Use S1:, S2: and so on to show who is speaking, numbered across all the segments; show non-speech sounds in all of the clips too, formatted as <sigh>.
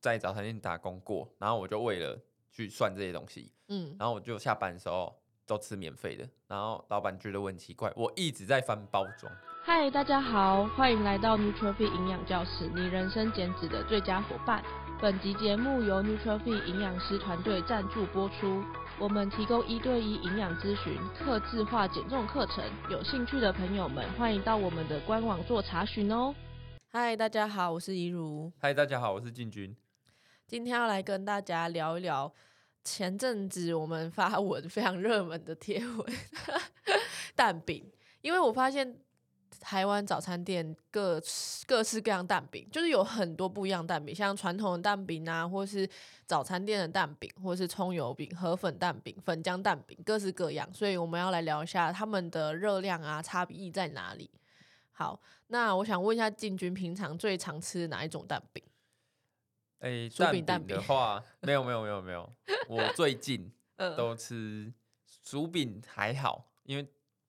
S1: 在早餐店打工过，然后我就为了去算这些东西，
S2: 嗯，
S1: 然后我就下班的时候都吃免费的，然后老板觉得我很奇怪，我一直在翻包装。
S2: 嗨，大家好，欢迎来到 n u t r a f e e 营养教室，你人生减脂的最佳伙伴。本集节目由 n u t r a f e e 营养师团队赞助播出。我们提供一对一营养咨询、客制化减重课程，有兴趣的朋友们欢迎到我们的官网做查询哦。嗨，大家好，我是怡如，
S1: 嗨，大家好，我是进军。
S2: 今天要来跟大家聊一聊前阵子我们发文非常热门的贴文 <laughs> 蛋饼，因为我发现台湾早餐店各式各式各样蛋饼，就是有很多不一样的蛋饼，像传统的蛋饼啊，或是早餐店的蛋饼，或是葱油饼、河粉蛋饼、粉浆蛋饼，各式各样。所以我们要来聊一下它们的热量啊差异在哪里。好，那我想问一下，进军平常最常吃哪一种蛋饼？
S1: 哎，
S2: 薯
S1: 蛋
S2: 饼蛋
S1: 饼的
S2: 饼
S1: 话，没有没有没有没有，我最近
S2: <laughs> 嗯
S1: 都吃薯饼还好，因为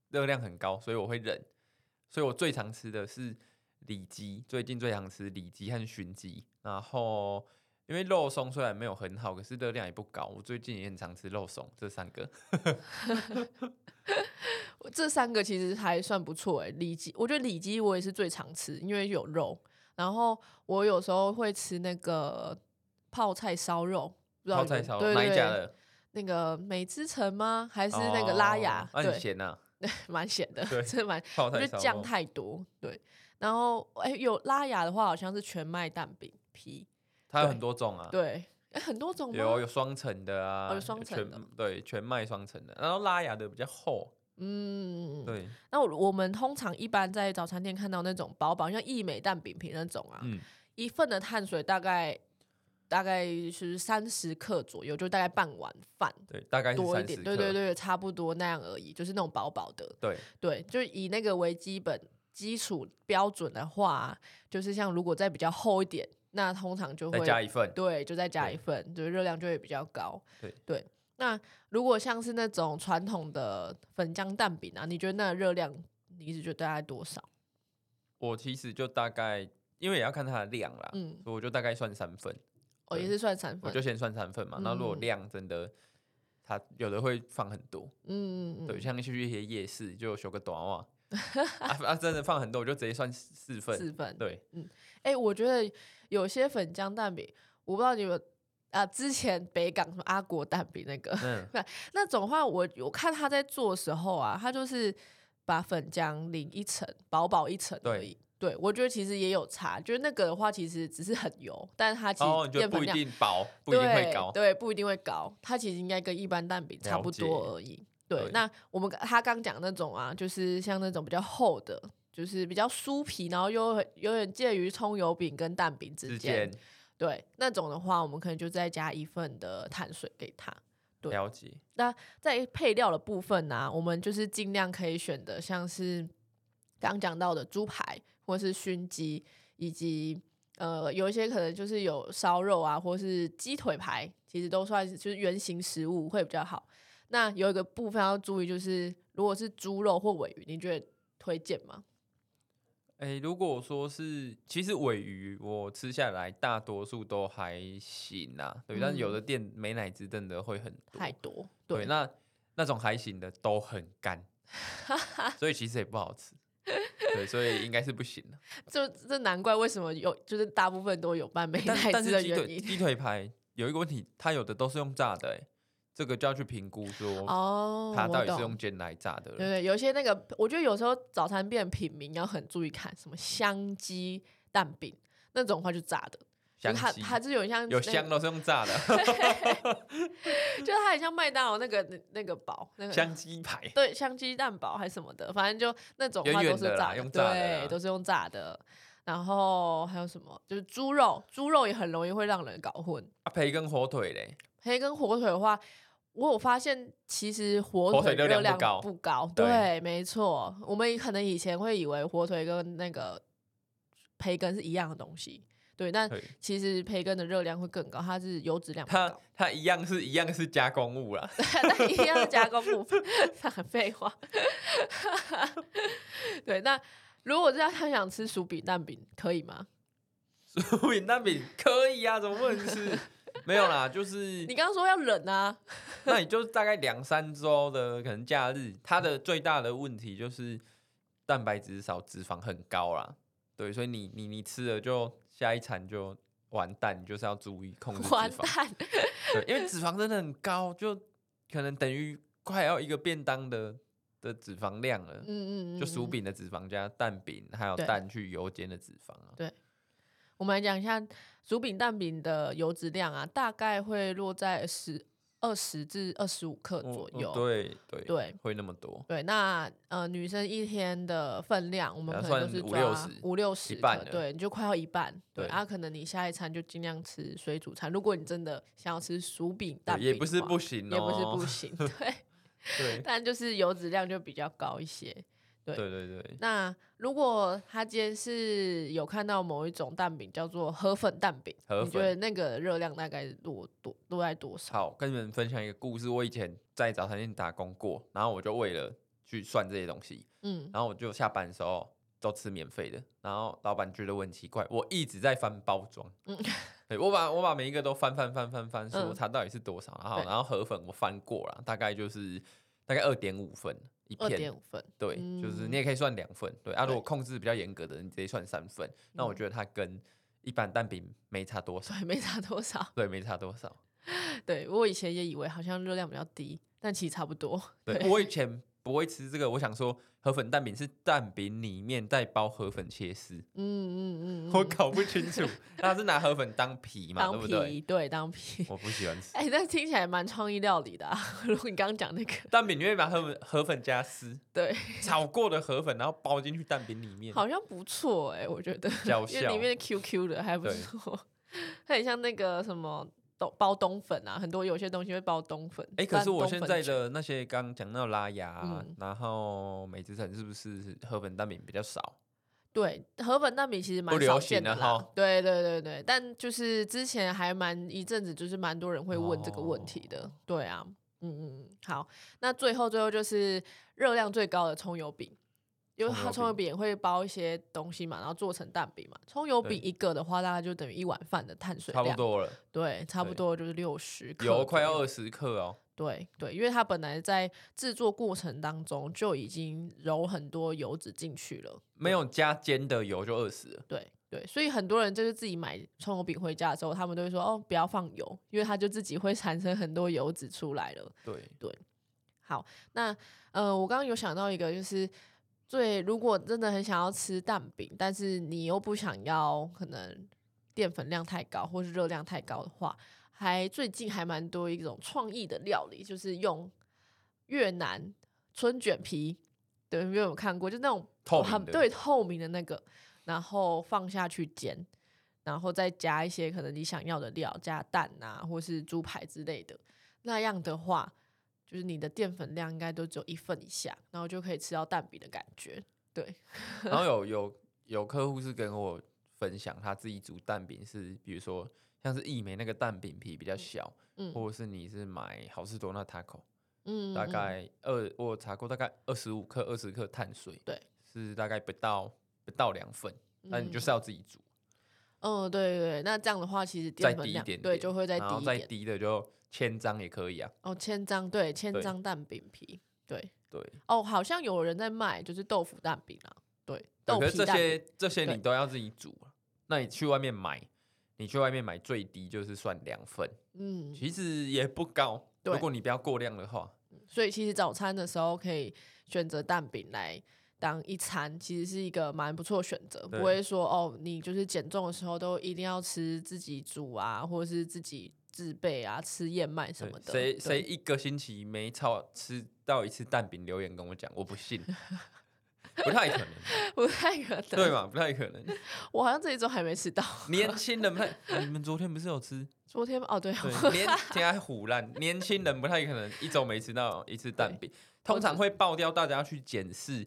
S1: 热量很高，所以我会忍。所以我最常吃的是里脊，最近最常吃里脊和熏鸡。然后因为肉松虽然没有很好，可是热量也不高，我最近也很常吃肉松这三个。
S2: 这三个其实还算不错诶，里脊，我觉得里脊我也是最常吃，因为有肉。然后我有时候会吃那个泡菜烧肉，不知道
S1: 泡
S2: 你
S1: 菜
S2: 们
S1: 烧
S2: 对
S1: 哪一
S2: 对
S1: 家的？
S2: 那个美之城吗？还是那个拉雅？
S1: 哦那很
S2: 对，
S1: 咸呐。
S2: 蛮咸的，
S1: <laughs> 对
S2: 真的蛮，
S1: 泡
S2: 我觉
S1: 菜
S2: 得
S1: 烧
S2: 酱
S1: 肉
S2: 太多。对，然后哎，有拉雅的话好像是全麦蛋饼皮，
S1: 它有
S2: 对
S1: 很多种啊，
S2: 对，哎，很多种吗？
S1: 有有双层的啊，
S2: 哦有双层
S1: 全
S2: 的
S1: 对全麦双层的，然后拉雅的比较厚，
S2: 嗯，
S1: 对，
S2: 那我我们通常一般在早餐店看到那种薄薄像益美蛋饼皮那种啊，
S1: 嗯，
S2: 一份的碳水大概大概是三十克左右，就大概半碗饭
S1: 对，大概是
S2: 多一
S1: 三
S2: 点，
S1: 十
S2: 对对对，差不多那样而已，就是那种薄薄的，
S1: 对
S2: 对，就以那个为基本基础标准的话，就是像如果再比较厚一点，那通常就
S1: 再
S2: 会
S1: 加一份，
S2: 对，就再加
S1: 对
S2: 一份，就是热量就会比较高。
S1: 对
S2: 那如果像是那种传统的粉浆蛋饼啊，你觉得那个热量，你是觉得大概多少？啊
S1: 我其实就大概，因为也要看它的量啦，
S2: 嗯，
S1: 所以我就大概算三份，
S2: 哦，也
S1: 对
S2: 是算三
S1: 我
S2: 份
S1: 就，先算三份嘛。那如果
S2: 嗯
S1: 量真的，它有的会放很多，
S2: 嗯嗯嗯，
S1: 对，像去一些夜市就修个短袜，啊 <laughs> 啊，真的放很多，我就直接算四四份，
S2: 四份。
S1: 对，
S2: 哎、我觉得有些粉浆蛋饼，我不知道你们啊，之前北港什么阿国蛋饼那个 <laughs>
S1: 嗯，
S2: 那种话我，我看他在做的时候啊，他就是把粉浆淋一层，薄薄一层而
S1: 对
S2: 已。对，我觉得其实也有差，就是那个的话，其实只是很油，但是它其
S1: 哦，
S2: 实
S1: 你就
S2: 淀
S1: 不
S2: 粉
S1: 一
S2: 量
S1: 定薄，不一定会高，
S2: 对，对，不一定会高，它其实应该跟一般蛋饼差
S1: 了
S2: 不
S1: 解
S2: 多而已。对，
S1: 对
S2: 那我们他刚讲那种啊，就是像那种比较厚的，就是比较酥皮，然后又很有点介于葱油饼跟蛋饼之
S1: 之
S2: 间
S1: 间，
S2: 对，那种的话，我们可能就再加一份的碳水给他。对
S1: 了解，
S2: 在配料的部分呢、我们就是尽量可以选的，像是刚讲到的猪排，或是熏鸡，以及呃有一些可能就是有烧肉啊，或是鸡腿排，其实都算是就是圆形食物会比较好。那有一个部分要注意，就是如果是猪肉或尾鱼，你觉得推荐吗？
S1: 诶，如果说是，其实尾鱼我吃下来大多数都还行啊，对，但是有的店美乃滋真的会很多，
S2: 嗯太多，
S1: 对，那那种还行的都很
S2: <laughs>
S1: 干，所以其实也不好吃，对，所以应该是不行
S2: <laughs>
S1: 的。
S2: 就这难怪为什么有就是大部分都有拌美
S1: 但
S2: 乃
S1: 但
S2: 滋
S1: 是
S2: 的
S1: 鸡
S2: 原
S1: 腿
S2: 因
S1: 鸡腿排有一个问题，它有的都是用炸的、欸，这个就要去评估说
S2: 哦，
S1: 它
S2: 我
S1: 到底是
S2: 懂
S1: 用煎来炸的
S2: 对
S1: 了。
S2: 对，有些那个，我觉得有时候早餐店品名要很注意看，什么香鸡蛋饼那种的话就炸的，
S1: 香
S2: 就是它
S1: 鸡
S2: 它就有点像
S1: 有
S2: 那个
S1: 香，都是用炸的，
S2: 就是它很像麦当劳那个那那个堡那
S1: <laughs>
S2: 个
S1: 香鸡排
S2: 对香鸡蛋堡还是什么的，反正就那种的话
S1: 圆
S2: 都
S1: 圆
S2: 是
S1: 的啦
S2: 炸
S1: 用炸的啦
S2: 对，都是用炸的。然后还有什么？就是猪肉，猪肉也很容易会让人搞混。
S1: 啊，培根火腿嘞，
S2: 培根火腿的话，我有发现，其实火
S1: 火
S2: 腿
S1: 腿热量
S2: 热
S1: 不
S2: 量
S1: 高
S2: 不高。
S1: 对
S2: 对，没错，我们可能以前会以为火腿跟那个培根是一样的东西，对，但
S1: 对。
S2: 其实培根的热量会更高，它是油脂量不
S1: 它
S2: 高，
S1: 它一样是一样是加工物啦， <laughs>
S2: 但一样的加工部分， <laughs> 很废话。 <laughs> 对，那如果这样他想吃薯饼蛋饼，可以吗？
S1: 酥饼蛋饼可以啊，怎么不能吃？没有啦，就是
S2: 你刚刚说要冷啊，
S1: 那你就大概两三周的可能假日，它的最大的问题就是蛋白质少，脂肪很高啦。对，所以你你你吃了就下一餐就完蛋，你就是要注意控制脂
S2: 完
S1: 肪。
S2: 蛋，
S1: 对，因为脂肪真的很高，就可能等于快要一个便当的的脂肪量了。
S2: 嗯嗯嗯，
S1: 就薯
S2: 嗯。
S1: 饼的脂肪加蛋饼，还有
S2: 对
S1: 蛋去油煎的脂肪啊。
S2: 我们来讲一下薯饼蛋饼的油脂量啊，大概会落在十二十至二十五克
S1: 哦
S2: 左
S1: 哦
S2: 右。
S1: 对对
S2: 对
S1: 会那么多，
S2: 对，那呃，女生一天的分量，我们
S1: 啊
S2: 可能都
S1: 算
S2: 是
S1: 五
S2: 抓
S1: 六十
S2: 五六十
S1: 一半
S2: 克
S1: 了
S2: 对，你就快要一半。对，
S1: 对
S2: 啊，可能你下一餐就尽量吃水煮餐。如果你真的想要吃薯饼蛋
S1: 对
S2: 饼，
S1: 也不是不，行哦，
S2: 也不是不
S1: <laughs>
S2: 行， <laughs> 对，
S1: 对
S2: 但就是油脂量就比较高一些。对
S1: 对对对，
S2: 那如果他今天是有看到某一种蛋饼叫做河粉蛋饼，
S1: 河
S2: 你觉
S1: 粉
S2: 得那个热量大概落多落在多少？
S1: 好，跟你们分享一个故事。我以前在早餐店打工过，然后我就为了去算这些东西，
S2: 嗯，
S1: 然后我就下班的时候都吃免费的，然后老板觉得我很奇怪，我一直在翻包装，
S2: 嗯
S1: 对我把我把每一个都翻翻翻翻翻，说
S2: 嗯
S1: 它到底是多少，然后
S2: 对
S1: 然后河粉我翻过了，大概就是大概二点五分一
S2: 二
S1: 片
S2: 点，五分，
S1: 对，就是
S2: 嗯
S1: 你也可以算两份，对啊，如
S2: 对
S1: 果控制比较严格的，你直接算三份，那我
S2: 嗯
S1: 觉得它跟一般蛋饼没差多少，
S2: 对，没差多少。 <laughs>
S1: 对，没差多少。
S2: 对我以前也以为好像热量比较低，但其实差不多。
S1: 对我以前不会吃这个，我想说河粉蛋饼是蛋饼里面再包河粉切丝，
S2: 嗯嗯嗯，
S1: 我
S2: 嗯
S1: 搞不清
S2: <laughs>
S1: 楚，他是拿河粉当皮嘛，
S2: 当
S1: 对不
S2: 皮
S1: 对？
S2: 当皮。
S1: 我不喜欢吃
S2: 哎、那听起来蛮创意料理的、啊。 <laughs> 如果你刚刚讲那个，
S1: 蛋饼，里面把河粉河粉加丝，
S2: 对，
S1: 炒过的河粉，然后包进去蛋饼里面，
S2: 好像不错哎、我觉得，
S1: 搞
S2: 因为
S1: 笑
S2: 里。面 QQ 的还不
S1: 对
S2: 错， <laughs> 它很像那个什么冬包冬粉啊，很多有些东西会包冬粉。
S1: 哎，可
S2: 拌
S1: 是我
S2: 冬
S1: 现
S2: 粉
S1: 在
S2: 卷
S1: 的那些刚讲到拉牙啊，
S2: 嗯
S1: 然后美之城是不是河粉蛋饼比较少？
S2: 对河粉蛋饼其实蛮
S1: 不流
S2: 少见
S1: 行
S2: 的
S1: 了
S2: 啦
S1: 哈。
S2: 对对对对，但就是之前还蛮一阵子，就是蛮多人会问这个问题的。
S1: 哦
S2: 对啊，嗯嗯，嗯，好，那最后最后就是热量最高的葱油饼。因为
S1: 葱
S2: 它
S1: 油
S2: 葱油
S1: 饼
S2: 饼也会包一些东西嘛，然后做成蛋饼嘛。葱油饼
S1: 对
S2: 一个的话，大概就等于一碗饭的碳水
S1: 差
S2: 量，
S1: 不多了，
S2: 对，差不
S1: 对
S2: 多就是六十克左右，
S1: 有快要二十克哦。
S2: 对对，因为它本来在制作过程当中就已经揉很多油脂进去了，
S1: 没有加煎的油就二十了，
S2: 对对，所以很多人就是自己买葱油饼回家的时候，他们都会说哦，不要放油，因为它就自己会产生很多油脂出来了。
S1: 对，
S2: 好，那呃，我刚刚有想到一个，就是最如果真的很想要吃蛋饼，但是你又不想要可能淀粉量太高或是热量太高的话，还最近还蛮多一种创意的料理，就是用越南春卷皮，对，你有没有看过？就那种
S1: 透
S2: 很
S1: 明的
S2: 哦 <laughs> 对透明的那个，然后放下去煎。然后再加一些可能你想要的料，加蛋啊，或是猪排之类的。那样的话，就是你的淀粉量应该都只有一份以下，然后就可以吃到蛋饼的感觉。对，
S1: 然后有有有客户是跟我分享，他自己煮蛋饼是，比如说像是益美那个蛋饼皮比较小，
S2: 嗯
S1: 或者是你是买好事多那 taco，、
S2: 嗯，
S1: 大
S2: 嗯
S1: 概二我有查过大概二十五克二十克碳水，
S2: 对，
S1: 是大概不到不到两份，那你就是要自己煮，
S2: 嗯，对对对，那这样的话，其实
S1: 再
S2: 淀粉
S1: 低一
S2: 量
S1: 点
S2: 对就会再
S1: 然后
S2: 低一
S1: 再
S2: 点。
S1: 低的就千张也可以啊，
S2: 哦，千张对，千
S1: 对
S2: 张蛋饼皮对。
S1: 对，
S2: 哦，好像有人在卖，就是豆腐蛋饼啊，对，
S1: 对
S2: 豆
S1: 可是
S2: 皮
S1: 这
S2: 蛋饼
S1: 些这些
S2: 对
S1: 你都要自己煮啊，那你去外面买，你去外面买最低就是算两份。
S2: 嗯，
S1: 其实也不高，
S2: 对
S1: 如果你不要过量的话，
S2: 所以其实早餐的时候可以选择蛋饼来当一餐，其实是一个蛮不错的选择，
S1: 对
S2: 不会说哦，你就是减重的时候都一定要吃自己煮啊，或者是自己自备啊，吃燕麦什
S1: 对
S2: 么的。
S1: 谁
S2: 对
S1: 谁一个星期没超吃到一次蛋饼，留言跟我讲，我不
S2: <laughs>
S1: 信，不太可能，
S2: <laughs> 不太可能？
S1: 对？嘛？不太可能，
S2: 我好像这一周还没吃到。
S1: 年轻人不太，你们昨天不是有吃？
S2: 昨天哦，对， <laughs>
S1: 对，年现在虎烂，年轻人不太可能一周没吃到一次蛋饼，通常会爆掉，大家去检视，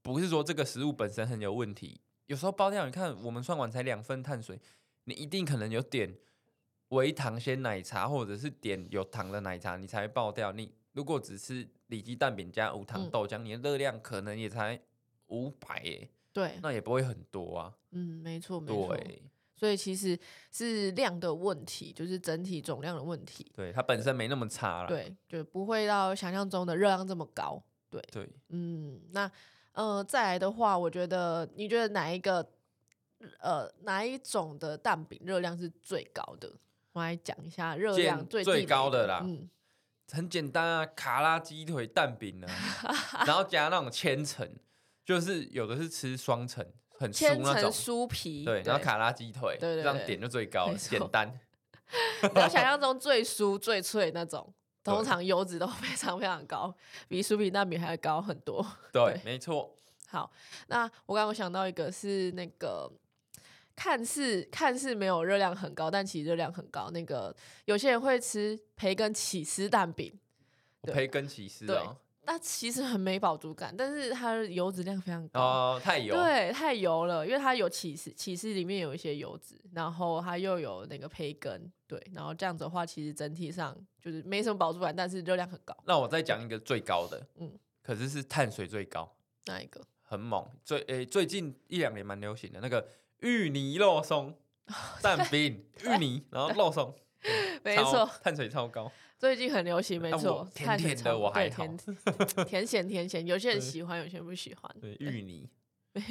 S1: 不是说这个食物本身很有问题，有时候爆掉，你看我们算完才两份碳水，你一定可能有点微糖鲜奶茶，或者是点有糖的奶茶，你才会爆掉。你如果只吃里脊蛋饼加无糖
S2: 嗯
S1: 豆浆，你的热量可能也才五百耶，
S2: 对，
S1: 那也不会很多啊。
S2: 嗯，没错没错。
S1: 对，
S2: 所以其实是量的问题，就是整体总量的问题。
S1: 对，它本身没那么差了。
S2: 对，就不会到想象中的热量这么高。
S1: 对，
S2: 嗯，那呃，再来的话，我觉得你觉得哪一个呃哪一种的蛋饼热量是最高的？我来讲一下热
S1: 见
S2: 量最
S1: 最
S2: 低
S1: 高
S2: 一
S1: 的
S2: 个
S1: 啦
S2: 嗯，
S1: 很简单啊，卡拉鸡腿蛋
S2: <laughs>
S1: 饼啊，然后加那种千层，就是有的是吃双层，很酥
S2: 千
S1: 那
S2: 层
S1: 种，
S2: 酥皮，
S1: 对，然后卡拉鸡腿，
S2: 对对
S1: 这样
S2: 对
S1: 点就最高了，
S2: 没错
S1: 简
S2: <laughs>
S1: 单。
S2: 我想象中最酥最脆那种，通
S1: 对
S2: 常油脂都非常非常高，比酥皮蛋饼还高很多。
S1: 对
S2: 对，
S1: 没错，
S2: 好，那我刚刚想到一个是那个。看似看似没有热量很高，但其实热量很高。那个有些人会吃培根起司蛋饼，对
S1: 培根起司哦，
S2: 那其实很没饱足感，但是它的油脂量非常高。
S1: 哦，太油，
S2: 对，太油了，因为它有起司，起司里面有一些油脂，然后它又有那个培根，对，然后这样子的话，其实整体上就是没什么饱足感，但是热量很高。
S1: 那我再讲一个最高的，
S2: 嗯
S1: 嗯，可是是碳水最高，
S2: 那一个？
S1: 很猛。最诶、最近一两年蛮流行的那个芋泥肉
S2: <laughs>
S1: 松蛋饼，芋泥然后肉松，嗯
S2: <laughs> 没
S1: 超
S2: 错，，
S1: 碳水超高。
S2: 最近很流行，没
S1: 但
S2: 错
S1: 我，甜
S2: 碳水
S1: 甜的
S2: 超
S1: 我
S2: 对
S1: 还好
S2: 甜甜咸甜咸，有些人
S1: 对
S2: 喜欢，有些人不喜欢。
S1: 对，芋泥，
S2: 没，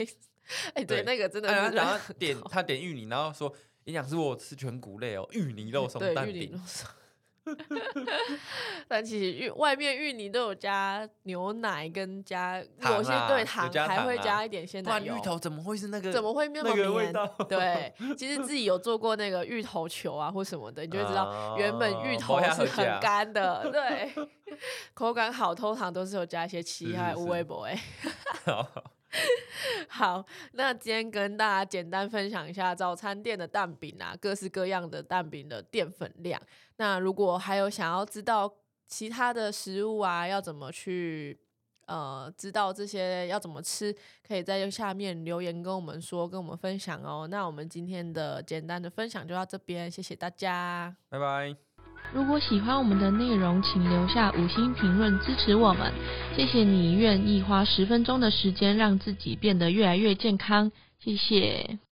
S2: 哎，
S1: 对
S2: 对，那个真的
S1: 啊、
S2: 是热
S1: 然
S2: 量
S1: 后
S2: 很
S1: 点
S2: 高
S1: 他点芋泥，然后说营养师我吃全谷类哦，芋泥肉松
S2: 对
S1: 蛋
S2: 芋泥肉
S1: 饼，
S2: 松。 <laughs> 但其实芋外面芋泥都有加牛奶跟加
S1: 糖
S2: 有些
S1: 啦
S2: 对
S1: 有
S2: 糖
S1: 加
S2: 还
S1: 糖
S2: 会
S1: 啦
S2: 加一点鲜
S1: 不
S2: 奶
S1: 然
S2: 油
S1: 芋，头怎么会是那个
S2: 怎么会那么
S1: 那个味
S2: 黏？
S1: 道？ <laughs>
S2: 对，其实自己有做过那个芋头球啊或什么的，你就会知道
S1: 道
S2: 原本
S1: 啊
S2: 芋头是很
S1: 干，
S2: 干的，对， <laughs> 口感好，通常都是有加一些其
S1: 是
S2: 他
S1: 是
S2: 无
S1: 是
S2: 微博哎。
S1: 好
S2: <laughs> 好，那今天跟大家简单分享一下早餐店的蛋饼啊，各式各样的蛋饼的淀粉量。那如果还有想要知道其他的食物啊，要怎么去呃知道这些要怎么吃，可以在下面留言跟我们说，跟我们分享哦。那我们今天的简单的分享就到这边，谢谢大家。
S1: 拜拜。
S3: 如果喜欢我们的内容，请留下五星评论支持我们。谢谢你愿意花十分钟的时间，让自己变得越来越健康。谢谢。